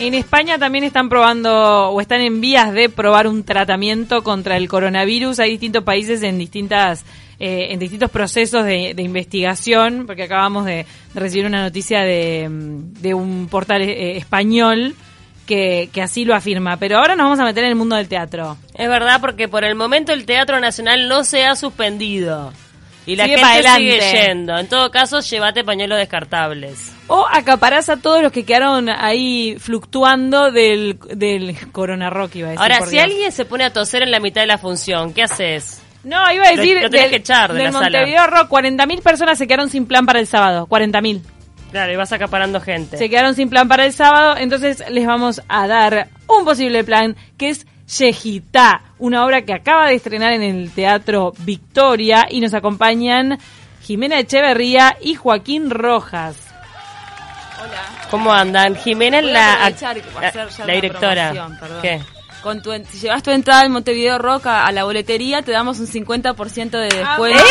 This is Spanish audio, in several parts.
En España también están probando o están en vías de probar un tratamiento contra el coronavirus. Hay distintos países en distintas eh, en distintos procesos de, de, investigación, porque acabamos de recibir una noticia de, de un portal eh, español que, que, así lo afirma. Pero ahora nos vamos a meter en el mundo del teatro. Es verdad, porque por el momento el Teatro Nacional no se ha suspendido. Y la Sigue gente para sigue adelante. yendo. En todo caso, llévate pañuelos descartables. O acaparás a todos los que quedaron ahí fluctuando del, del corona rock, iba a decir. Ahora, por si Dios. alguien se pone a toser en la mitad de la función, ¿qué haces? No, iba a Lo- decir lo tenés del- que echar de del la sala. Montevideo Rock, 40.000 personas se quedaron sin plan para el sábado, 40.000. Claro, y vas acaparando gente. Se quedaron sin plan para el sábado, entonces les vamos a dar un posible plan que es Yejitá, una obra que acaba de estrenar en el Teatro Victoria y nos acompañan Jimena Echeverría y Joaquín Rojas. Hola. ¿Cómo andan? Jimena es Voy a la, aprovechar para hacer ya la una directora. promoción, perdón. ¿Qué? Con tu, en- si llevas tu entrada al Montevideo Rock a, a la boletería, te damos un 50% de Ah, descuento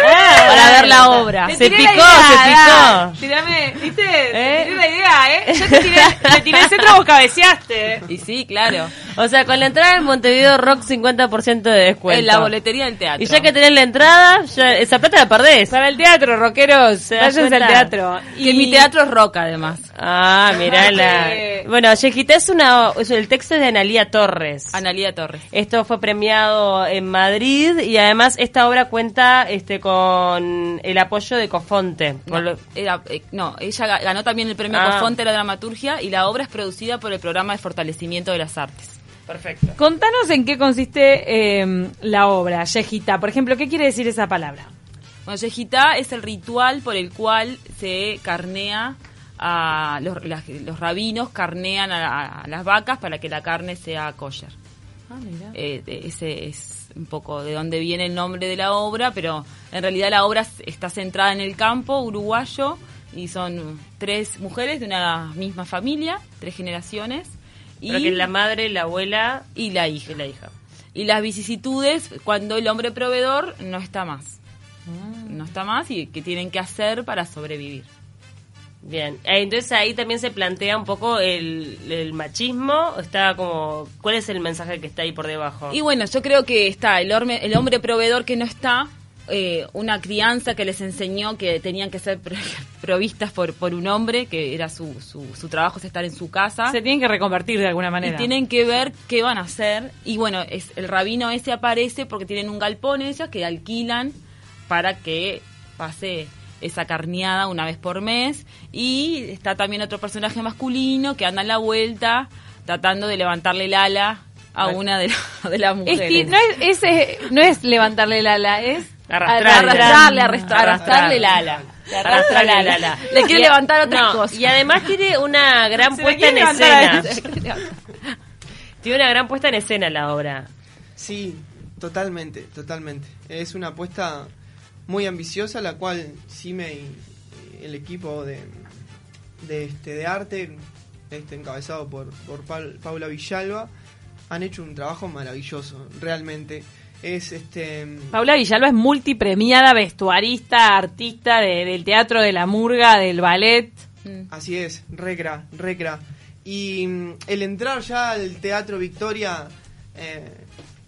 para ver la obra. Se tiré la picó, idea, se Tirame, ¿viste? Te tiré la idea, ¿eh? Yo te tiré, el centro, vos cabeceaste. Y sí, claro. O sea, con la entrada en Montevideo Rock 50% de descuento. En la boletería del Ah. teatro. Y ya que tenés la entrada, ya- esa plata la perdés. Para el teatro, rockeros, das váyanse al cuenta? teatro. Que mi teatro es rock, además. Ah, mirá la... Sí. Bueno, Yejita es una... es- El texto es de Analía Torres. Analía Torres. Esto fue premiado en Madrid y además esta obra cuenta este con el apoyo de Cofonte. No, Por lo- era- eh, no, ella ga- ganó también el premio Ah. Cofonte de la dramaturgia y la obra es producida por el programa de fortalecimiento de las artes. Perfecto. Contanos en qué consiste eh, la obra, Yejitá. Por ejemplo, ¿qué quiere decir esa palabra? Bueno, Yejitá es el ritual por el cual se carnea a los, las- los rabinos carnean a, a las vacas para que la carne sea kosher. Eh, eh, ese es un poco de dónde viene el nombre de la obra, pero en realidad la obra s- está centrada en el campo uruguayo y son tres mujeres de una misma familia, tres generaciones. Y Pero que la madre, la abuela y la hija. y la hija. Y las vicisitudes cuando el hombre proveedor no está más. Ah. No está más y que tienen que hacer para sobrevivir. Bien, Eh, entonces ahí también se plantea un poco el, el machismo, está como, ¿cuál es el mensaje que está ahí por debajo? Y bueno, yo creo que está el, horme- el hombre proveedor que no está, eh, una crianza que les enseñó que tenían que ser pro- provistas por, por un hombre, que era su, su, su trabajo es estar en su casa. Se tienen que reconvertir de alguna Y manera. tienen que ver qué van a hacer. Y bueno, es, el rabino ese aparece porque tienen un galpón ellos que alquilan para que pase esa carneada una vez por mes. Y está también otro personaje masculino que anda en la vuelta tratando de levantarle el ala a Ay. una de, la- de las Es mujeres. ti- no, es, es, eh, no es levantarle el ala, es Arrastrarle. Arrastrarle, arrastra- arrastrarle el ala. Arrastra la la la. Le quiere Y- levantar otras cosas. Y además tiene una gran Se la puesta en quiere levantar escena. a Tiene una gran puesta en escena la obra. Sí, totalmente, totalmente. Es una apuesta muy ambiciosa, la cual Cime y el equipo de, de, este, de arte, este, encabezado por, por Pal- Paula Villalba, han hecho un trabajo maravilloso, realmente. Es este. Paula Villalba es multipremiada, vestuarista, artista de- del teatro, de la murga, del ballet. Mm. Así es, recra, recra. Y mm, el entrar ya al Teatro Victoria eh,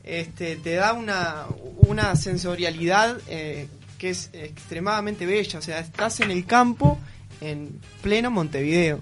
este, te da una, una sensorialidad eh, que es extremadamente bella. O sea, estás en el campo en pleno Montevideo.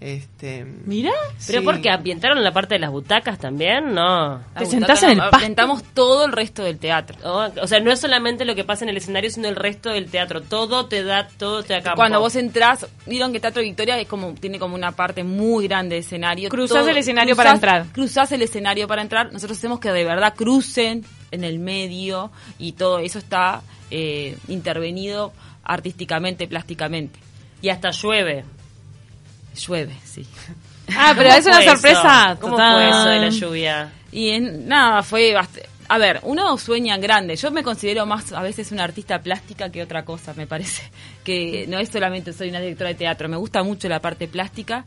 Este, Mirá. Pero sí. porque ambientaron la parte de las butacas también, ¿no? Te sentás en el pasto. Presentamos todo el resto del teatro. Oh, o sea, no es solamente lo que pasa en el escenario, sino el resto del teatro. Todo te da, todo te acampa. Cuando vos entrás, vieron que Teatro Victoria es como tiene como una parte muy grande de escenario. Cruzás el escenario para entrar. Cruzás el escenario para entrar. Nosotros hacemos que de verdad crucen en el medio y todo eso está eh, intervenido artísticamente, plásticamente. Y hasta llueve. Llueve, sí. Ah, pero ¿Cómo es una fue eso? sorpresa. ¿Cómo fue Tatán. eso de la lluvia? Y en, nada, fue bast- A ver, uno sueña en grande. Yo me considero más a veces una artista plástica que otra cosa, me parece. Que no es solamente soy una directora de teatro, me gusta mucho la parte plástica.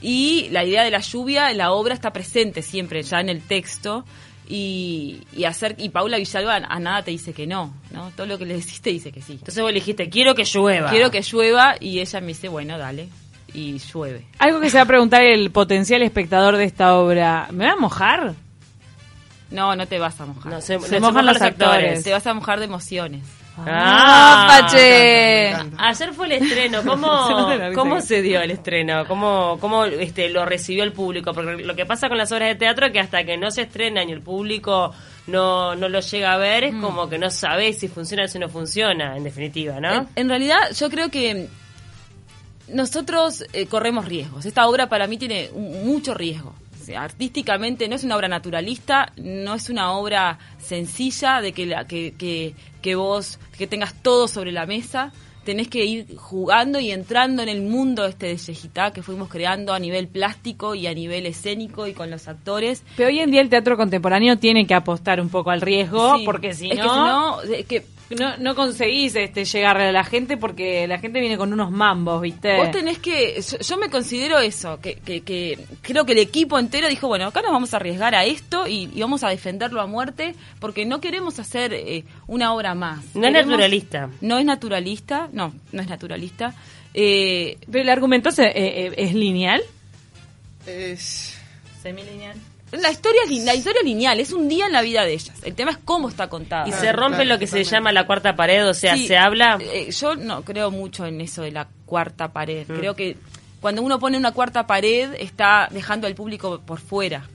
Y la idea de la lluvia, la obra está presente siempre, ya en el texto. Y, y hacer y Paula Villalba a nada te dice que no, ¿no? Todo lo que le decís te dice que sí. Ah. Entonces vos le dijiste, quiero que llueva. Quiero que llueva y ella me dice, bueno, dale. y llueve. Algo que se va a preguntar el potencial espectador de esta obra. ¿Me va a mojar? No, no te vas a mojar. No, se, Se se mojan los actores. Te vas a mojar de emociones. Ah, me pache! encanta. Ayer fue el estreno, Se nota la ¿cómo, risa cómo que- se dio el estreno? ¿Cómo, cómo este, lo recibió el público? Porque lo que pasa con las obras de teatro es que hasta que no se estrenan y el público no, no lo llega a ver, es Mm. como que no sabes si funciona o si no funciona, en definitiva, ¿no? Eh, En, en realidad, yo creo que nosotros eh, corremos riesgos. Esta obra para mí tiene un- mucho riesgo. O sea, artísticamente no es una obra naturalista, no es una obra sencilla de que, la- que, que- que vos que tengas todo sobre la mesa. Tenés que ir jugando y entrando en el mundo este de Yejitá que fuimos creando a nivel plástico y a nivel escénico y con los actores. Pero hoy en día el teatro contemporáneo tiene que apostar un poco al riesgo, Sí, porque si es que no, es que no, no conseguís este, llegarle a la gente porque la gente viene con unos mambos, ¿viste? Vos tenés que. Yo, yo me considero eso, que, que- que creo que el equipo entero dijo: bueno, acá nos vamos a arriesgar a esto y, y vamos a defenderlo a muerte porque no queremos hacer eh, una obra más. No es Queremos- naturalista. No es naturalista, no, no es naturalista. Eh, Pero el argumento se- eh, eh, es lineal. Es- Semilineal. la historia es li- la historia es lineal, es un día en la vida de ellas. El tema es cómo está contada. Y Claro, se rompe Ah, claro, lo que totalmente. se llama la cuarta pared, o sea, Sí, se habla... eh, yo no creo mucho en eso de la cuarta pared. Mm. Creo que cuando uno pone una cuarta pared está dejando al público por fuera.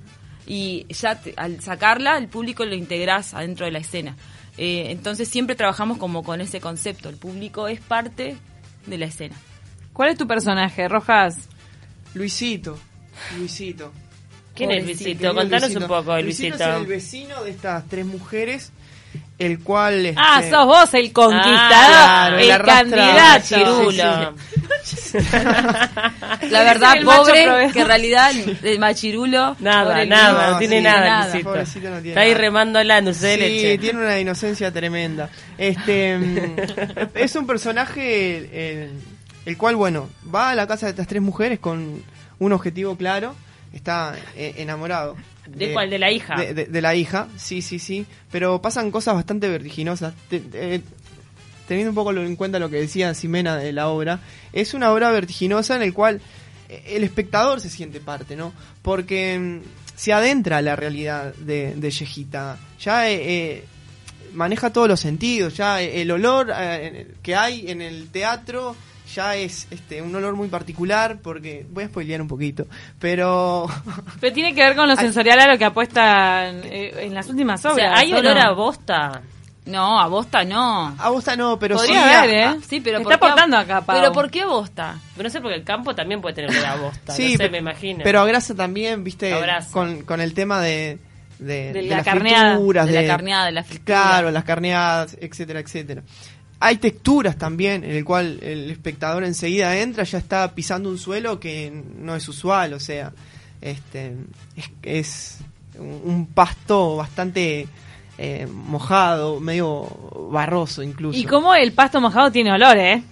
Y ya te- al sacarla, el público lo integrás adentro de la escena. Eh, entonces siempre trabajamos como con ese concepto. El público es parte de la escena. ¿Cuál es tu personaje, Rojas? Luisito. Luisito. ¿Quién es pobrecito, Luisito? Querido Contanos Luisito. un poco, de Luisito Luisito. es el vecino de estas tres mujeres, el cual... este, Ah, sos vos el conquistador, Ah, claro, el, el arrastrado, candidato. sí, sí, Chirulo. La verdad, verdad, El macho pobre, pobre, proveedor. que en realidad el machirulo... Nada, pobre nada, Luis, no, No, tiene sí, nada, nada, Luisito. pobrecito no tiene Está ahí nada. remando la dulce de sí, leche. tiene una inocencia tremenda. Este mm, es un personaje el, el- el cual, bueno, va a la casa de estas tres mujeres con un objetivo claro. Está eh, enamorado. ¿De cuál? ¿De la hija? Eh, De, de- de la hija, sí, sí, sí. Pero pasan cosas bastante vertiginosas. Te- eh, teniendo un poco lo- en cuenta lo que decía Ximena de la obra, es una obra vertiginosa en el cual eh, el espectador se siente parte, ¿no? Porque mm, se adentra a la realidad de, de Yejita. Ya eh, eh, maneja todos los sentidos, ya eh, el olor eh, que hay en el teatro ya es este un olor muy particular porque voy a spoilear un poquito, pero Pero tiene que ver con lo sensorial a lo que apuestan eh, en las últimas O obras. sea, hay ¿o olor no? a bosta. No, a Bosta no. Ah, a Bosta no, pero Podría sí Ah, a- haber, ¿eh? a- Sí, pero Está ¿por qué a- aportando acá, Pau. Pero ¿por qué a Bosta? Pero no sé, porque el campo también puede tener olor a bosta. Sí, Ah, no sé, pe- me imagino. Pero abraza también, viste, Abraza. Con, con el tema de, de, De de la las carneada. frituras, De la carneada, de la fritura. Claro, las carneadas, etcétera, etcétera. Hay texturas también en el cual el espectador enseguida entra, ya está pisando un suelo que no es usual, o sea, este es, es un un pasto bastante eh, mojado, medio barroso incluso. Y cómo el pasto mojado tiene olor, ¿eh?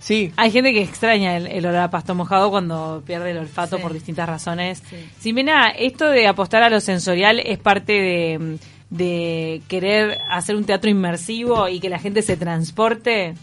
Sí, Hay gente que extraña el, el olor a pasto mojado cuando pierde el olfato Sí. por distintas razones. Sí. Simena, esto de apostar a lo sensorial es parte de, de querer hacer un teatro inmersivo y que la gente se transporte.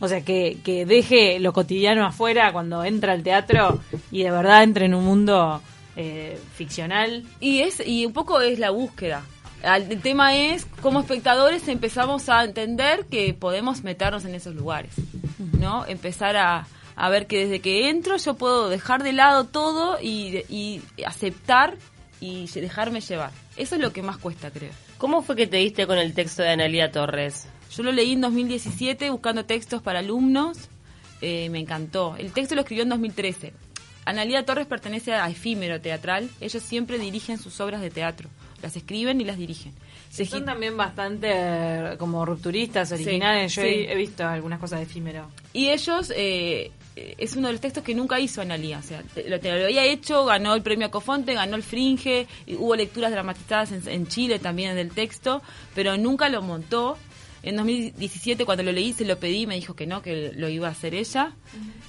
O sea, que, que deje lo cotidiano afuera cuando entra al teatro y de verdad entre en un mundo eh, ficcional. Y es y un poco es la búsqueda. Al- El tema es como espectadores empezamos a entender que podemos meternos en esos lugares, ¿no? Empezar a, a ver que desde que entro yo puedo dejar de lado todo y, y aceptar y lle- dejarme llevar. Eso es lo que más cuesta, creo. ¿Cómo fue que te diste con el texto de Analia Torres? Yo lo leí en 2017 buscando textos para alumnos. Eh, me encantó. El texto lo escribió en 2013. Analía Torres pertenece a Efímero Teatral. Ellos siempre dirigen sus obras de teatro. Las escriben y las dirigen. Se Son gi- también bastante eh, como rupturistas, originales. Yo sí. he, he visto algunas cosas de efímero. Y ellos, eh, eh, es uno de los textos que nunca hizo Analía. O sea, te- lo, te lo había hecho, ganó el premio Cofonte, ganó el Fringe, y hubo lecturas dramatizadas en, en Chile también del texto, pero nunca lo montó. En 2017, cuando lo leí, se lo pedí, me dijo que no, que lo iba a hacer ella.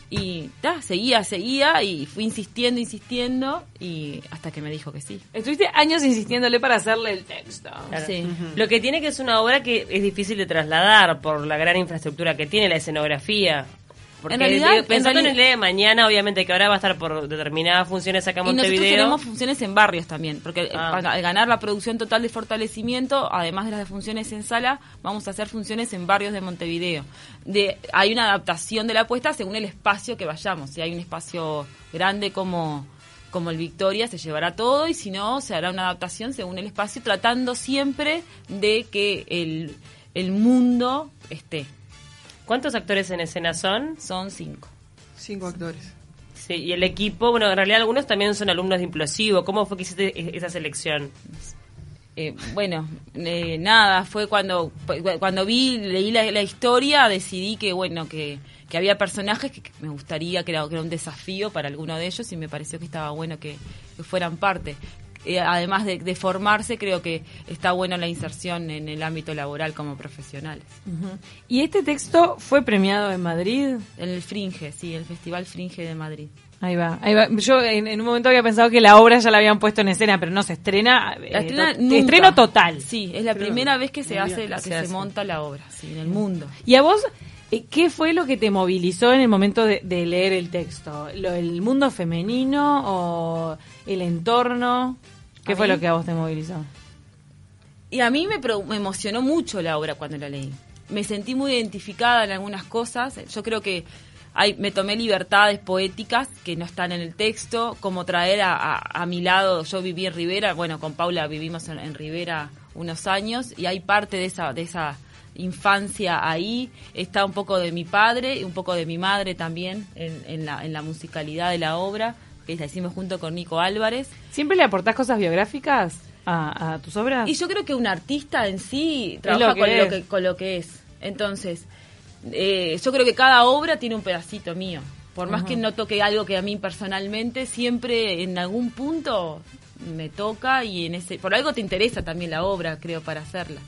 Y ta, seguía, seguía, y fui insistiendo, insistiendo, y hasta que me dijo que sí. Estuviste años insistiéndole para hacerle el texto. Claro. Sí. Lo que tiene que es una obra que es difícil de trasladar por la gran infraestructura que tiene, la escenografía. Porque En realidad- digo, pensando en en, el reali- día de mañana, obviamente que ahora va a estar por determinadas funciones acá en Y nosotros Montevideo. tenemos funciones en barrios también, porque eh, este Ah. para- al ganar la producción total de fortalecimiento, además de las funciones en sala, vamos a hacer funciones en barrios de Montevideo. De, hay una adaptación de la apuesta según el espacio que vayamos. Si hay un espacio grande como, como el Victoria, se llevará todo y si no, se hará una adaptación según el espacio, tratando siempre de que el, el mundo esté. ¿Cuántos actores en escena son? Son cinco. Cinco actores. Sí, y el equipo, bueno, en realidad algunos también son alumnos de Implosivo. ¿Cómo fue que hiciste e- esa selección? Eh, bueno, eh, nada, fue cuando cuando vi, leí la, la historia, decidí que bueno, que, que había personajes que, que me gustaría, que era, que era un desafío para alguno de ellos y me pareció que estaba bueno que, que fueran parte. Eh, además de, de formarse, creo que está bueno la inserción en el ámbito laboral como profesionales. Ujú. Y este texto fue premiado en Madrid. En el Fringe, sí, el Festival Fringe de Madrid. Ahí va, ahí va. Yo en, en un momento había pensado que la obra ya la habían puesto en escena, pero no se estrena. eh, La estrena to- nunca. estreno total. Sí, es la primera vez que se Muy bien, hace, la que se se, hace. monta la obra, sí, en el mundo. ¿Y a vos eh, qué fue lo que te movilizó en el momento de, de leer el texto? ¿Lo- ¿El mundo femenino o el entorno? ¿Qué ¿A fue mí? lo que a vos te movilizó? Y a mí me, pro- me emocionó mucho la obra cuando la leí. Me sentí muy identificada en algunas cosas. Yo creo que hay, me tomé libertades poéticas que no están en el texto, como traer a, a- a mi lado, yo viví en Rivera, bueno, con Paula vivimos en, en Rivera unos años y hay parte de esa, de esa infancia ahí, está un poco de mi padre y un poco de mi madre también en, en la, en la musicalidad de la obra, que la hicimos junto con Nico Álvarez. ¿Siempre le aportás cosas biográficas a, a tus obras? Y yo creo que un artista en sí trabaja lo que con, Ah. lo es. que, con lo que es. Entonces, eh, yo creo que cada obra tiene un pedacito mío. Por más que no toque algo que a mí personalmente, siempre en algún punto me toca y en ese por algo te interesa también la obra, creo, para hacerla.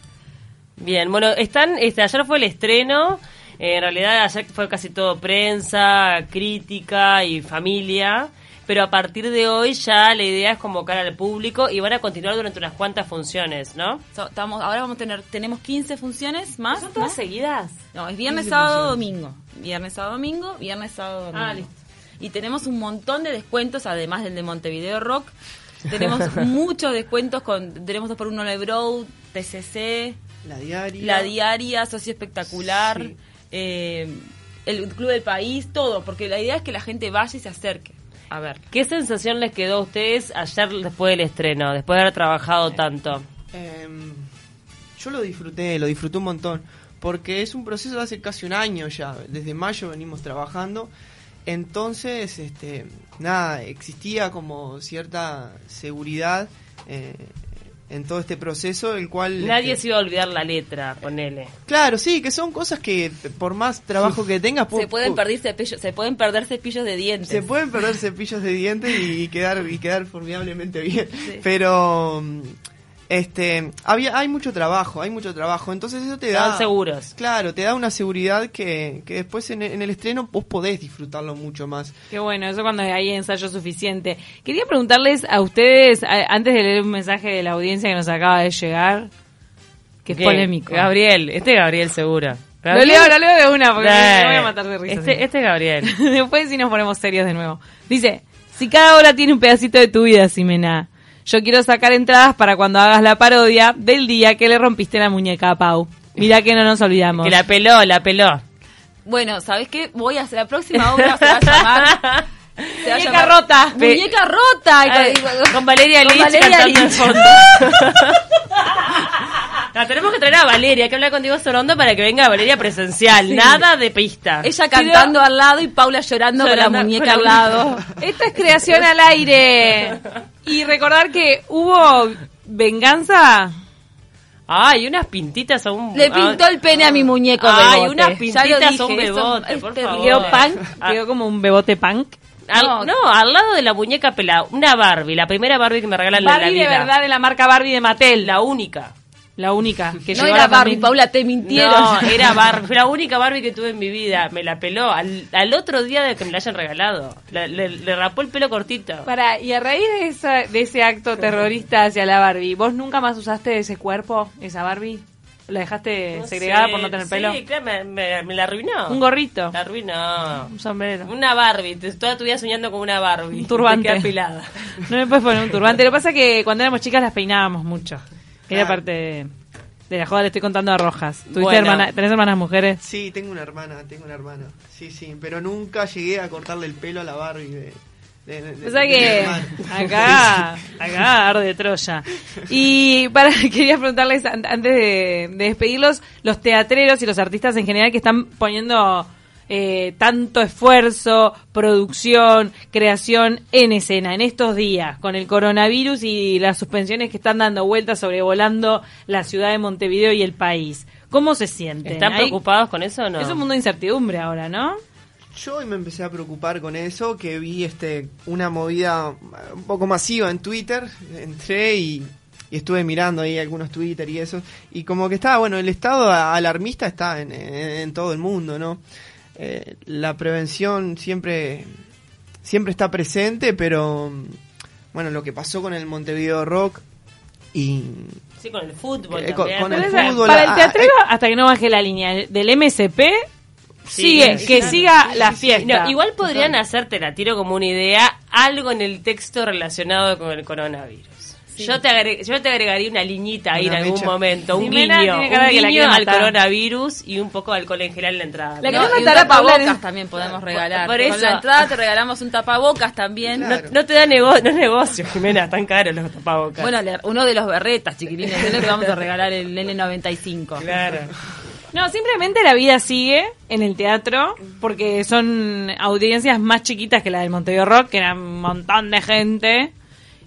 Bien, bueno, están, este, ayer fue el estreno. Eh, en realidad ayer fue casi todo prensa, crítica y familia. Pero a partir de hoy ya la idea es convocar al público y van a continuar durante unas cuantas funciones, ¿no? So- estamos, ahora vamos a tener tenemos 15 funciones más. ¿no? seguidas? No, es viernes, sábado, domingo. Viernes, sábado, domingo, viernes, sábado, domingo. Ah, listo. Y tenemos un montón de descuentos, además del de Montevideo Rock. Tenemos muchos descuentos con, tenemos dos por uno Lebrow, TCC, La diaria. La Diaria, Socio Espectacular, Sí. eh, el Club del País, todo, porque la idea es que la gente vaya y se acerque a ver. ¿Qué sensación les quedó a ustedes ayer después del estreno, después de haber trabajado tanto? Em, yo lo disfruté, lo disfruté un montón. Porque es un proceso de hace casi un año ya. Desde mayo venimos trabajando. Entonces, este, nada, existía como cierta seguridad eh, en todo este proceso, el cual... Nadie este, se iba a olvidar la letra, ponele. Claro, sí, que son cosas que t- por más trabajo que tengas... pu- Se pueden pu- perder cepillos, se pueden perder cepillos de dientes. Se pueden perder cepillos de dientes y, y quedar y quedar formidablemente bien. Pero mm, este había hay mucho trabajo, hay mucho trabajo, entonces eso te da Estaban seguros. Claro, te da una seguridad que, que después en, el- en el estreno vos podés disfrutarlo mucho más. Qué bueno, eso cuando hay ensayo suficiente. Quería preguntarles a ustedes, a- antes de leer un mensaje de la audiencia que nos acaba de llegar, que es ¿Qué? polémico. Gabriel, este Gabriel seguro. Lo leo, lo leo de una, porque Dale. me voy a matar de risa. Este, este Gabriel. Después si nos ponemos serios de nuevo. Dice, si cada hora tiene un pedacito de tu vida, Simena. Yo quiero sacar entradas para cuando hagas la parodia del día que le rompiste la muñeca a Pau. Mirá que no nos olvidamos. Que la peló, la peló. Bueno, ¿sabes qué? Voy a hacer la próxima obra, se va a llamar. se va Muñeca a llamar- rota. Muñeca rota. Ay, Y con- con Valeria con Lich Valeria cantando de Lich. fondo. La tenemos que traer a Valeria, hay que hablar con Diego Sorondo para que venga Valeria presencial, nada de pista. Ella cantando al lado y Paula llorando con la Llorando muñeca al con la- lado. Esta es creación al aire. Y recordar que hubo venganza. Ay, unas pintitas a un Le pintó a- el pene a mi muñeco. Ay, bebote. unas Ya lo pintitas dije, son eso bebote, es por terrible. favor. Quedó punk, Ah. quedó como un bebote punk. al- no. No. al lado de la muñeca pelada, una Barbie, la primera Barbie que me regalan en la Barbie de vida. verdad de la marca Barbie de Mattel, la, La única. la única. Que No llegó a la era Barbie, familia. Paula, te mintieron. No, era Barbie, fue la única Barbie que tuve en mi vida, me la peló al, al otro día de que me la hayan regalado. La- le, le rapó el pelo cortito. Pará, y a raíz de, esa- de ese acto terrorista hacia la Barbie, ¿vos nunca más usaste ese cuerpo, esa Barbie? ¿La dejaste No segregada sé, por no tener pelo? Sí, claro, me, me- me la arruinó. Un gorrito. La arruinó. Un sombrero. Una Barbie. Te- Toda tu vida soñando con una Barbie. Un turbante. Te queda pelada. No me puedes poner un turbante. Lo que pasa es que cuando éramos chicas las peinábamos mucho. Era Claro. parte de, de la joda, le estoy contando a Rojas. ¿Tuviste Bueno. hermana- ¿Tenés hermanas mujeres? Sí, tengo una hermana, tengo una hermana. Sí, sí, pero nunca llegué a cortarle el pelo a la Barbie de... de- de- de- O sea de mi que hermana. acá, acá arde Troya. Y para quería preguntarles an- antes de, de despedirlos, los teatreros y los artistas en general que están poniendo eh, tanto esfuerzo, producción, creación en escena en estos días, con el coronavirus y las suspensiones que están dando vueltas sobrevolando la ciudad de Montevideo y el país. ¿Cómo se sienten? ¿Están Ahí- preocupados con eso o no? Es un mundo de incertidumbre ahora, ¿no? Yo hoy me empecé a preocupar con eso, que vi este una movida eh, un poco masiva en Twitter, entré y, y estuve mirando ahí algunos Twitter y eso, y como que estaba, bueno, el estado alarmista está en, en- en todo el mundo, ¿no? Eh, la prevención siempre, siempre está presente, pero mm, bueno, lo que pasó con el Montevideo Rock y... Sí, con el fútbol. Eh, también. con- con Pero el esa- fútbol, para ah, el teatrero, hasta que no baje la línea del MSP, sigue, eh. sí, que claro. siga la fiesta. No, igual podrían hacerte, la tiro como una idea, algo en el texto relacionado con el coronavirus. Yo, te agre- yo te agregaría una liñita ahí Una en algún mecha. momento, un Jimena guiño, tiene cara un de que la guiño quiere al matar. coronavirus y un poco de alcohol en general en la La entrada. ¿no? eh, que no y un matará a Paola tapabocas en- también podemos regalar. por eso- Con la entrada te regalamos un tapabocas también. Claro. No- no te da nego- no es negocio, Jimena, tan caros los tapabocas. Bueno, le- uno de los berretas, chiquilines, es lo que vamos a regalar el N95. claro. No, simplemente la vida sigue en el teatro, porque son audiencias más chiquitas que la del Montevideo Rock, que eran un montón de gente.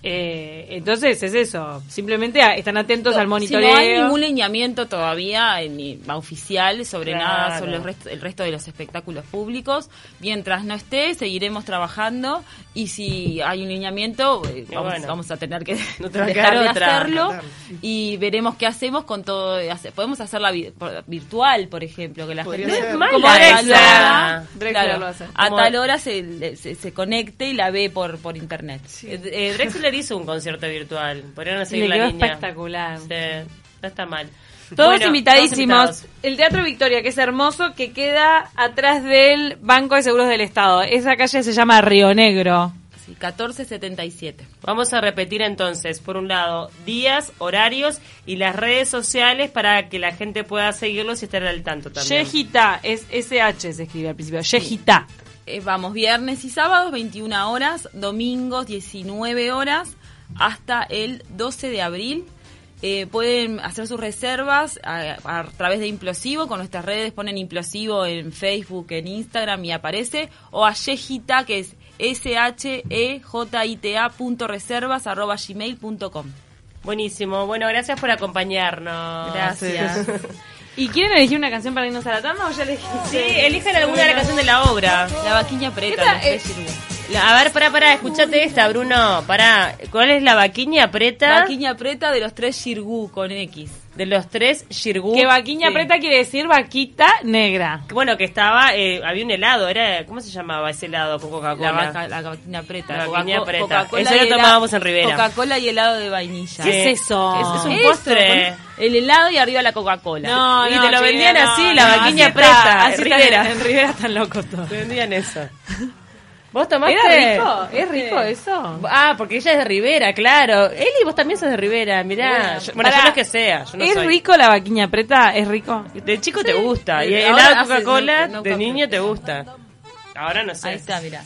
Eh, entonces es eso, simplemente a- están atentos al monitoreo. Si no hay ningún lineamiento todavía eh, ni oficial sobre Claro. nada, sobre el resto, el resto de los espectáculos públicos. Mientras no esté, seguiremos trabajando y si hay un lineamiento, eh, Y vamos, bueno. vamos a tener que No te va a dejar quedar de otra. hacerlo Claro. y veremos qué hacemos con todo. hace- Podemos hacerla vi- por- virtual, por ejemplo, que la Podría gente ser. como Como a tal Drexler. hora, Drexler claro, lo hace. a Como- tal hora se, se, se conecte y la ve por, por internet. Eh, eh, Drexler hizo un concierto virtual. Podrían Y le seguir la quedó línea. espectacular. Sí, no está mal. Todos Bueno, invitadísimos. todos invitados. El Teatro Victoria, que es hermoso, que queda atrás del Banco de Seguros del Estado. Esa calle se llama Río Negro. Sí, 1477. Vamos a repetir entonces, por un lado, días, horarios y las redes sociales para que la gente pueda seguirlos y estar al tanto también. Yejita, es SH se escribe al principio. Yejita. Eh, vamos, viernes y sábados 21 horas, domingos 19 horas, hasta el 12 de abril. Eh, pueden hacer sus reservas a, a través de Implosivo, con nuestras redes ponen Implosivo en Facebook, en Instagram y aparece, o a Yejita, que es E S-H-E-J-I-T-A punto reservas arroba gmail punto com. Buenísimo. Bueno, gracias por acompañarnos. Gracias. ¿Y quieren elegir una canción para irnos a la tanda o ya elegí? Sí, elijan alguna de la canción de la obra. La vaquilla preta. Esta no sé es- si lo- La- a ver, pará, pará, escuchate esta, Bruno. Pará, ¿cuál es la vaquiña preta? Vaquiña preta de los tres Shirgu con X. De los tres, Shirgu. Que vaquiña Sí. preta quiere decir vaquita negra. Bueno, que estaba, eh, había un helado, era, ¿cómo se llamaba ese helado con Coca-Cola? La vaca, la vaquina preta. La Coca- vaquina preta. Coca-Cola Eso lo y hela- tomábamos en Rivera. Coca-Cola y helado de vainilla. Ah. ¿Qué Sí. es eso? Es- es un Eso, postre. con El helado y arriba la Coca-Cola. Y te lo chica, vendían así, la vaquiña así preta, está, en así Rivera. está, en Rivera están locos todos. vendían eso. ¿Vos tomaste? ¿Era rico? ¿Es rico eso? Ah, porque ella es de Rivera, claro. Eli, vos también sos de Rivera, mirá. Bueno, yo, bueno, pará. yo no es que sea, yo no ¿Es soy. rico la vaquiña preta? ¿Es rico? De chico te gusta, y Eh, el ahora helado haces Coca-Cola no- no de Coca-Cola. niño te gusta. Ahora no sé. Ahí está, mirá.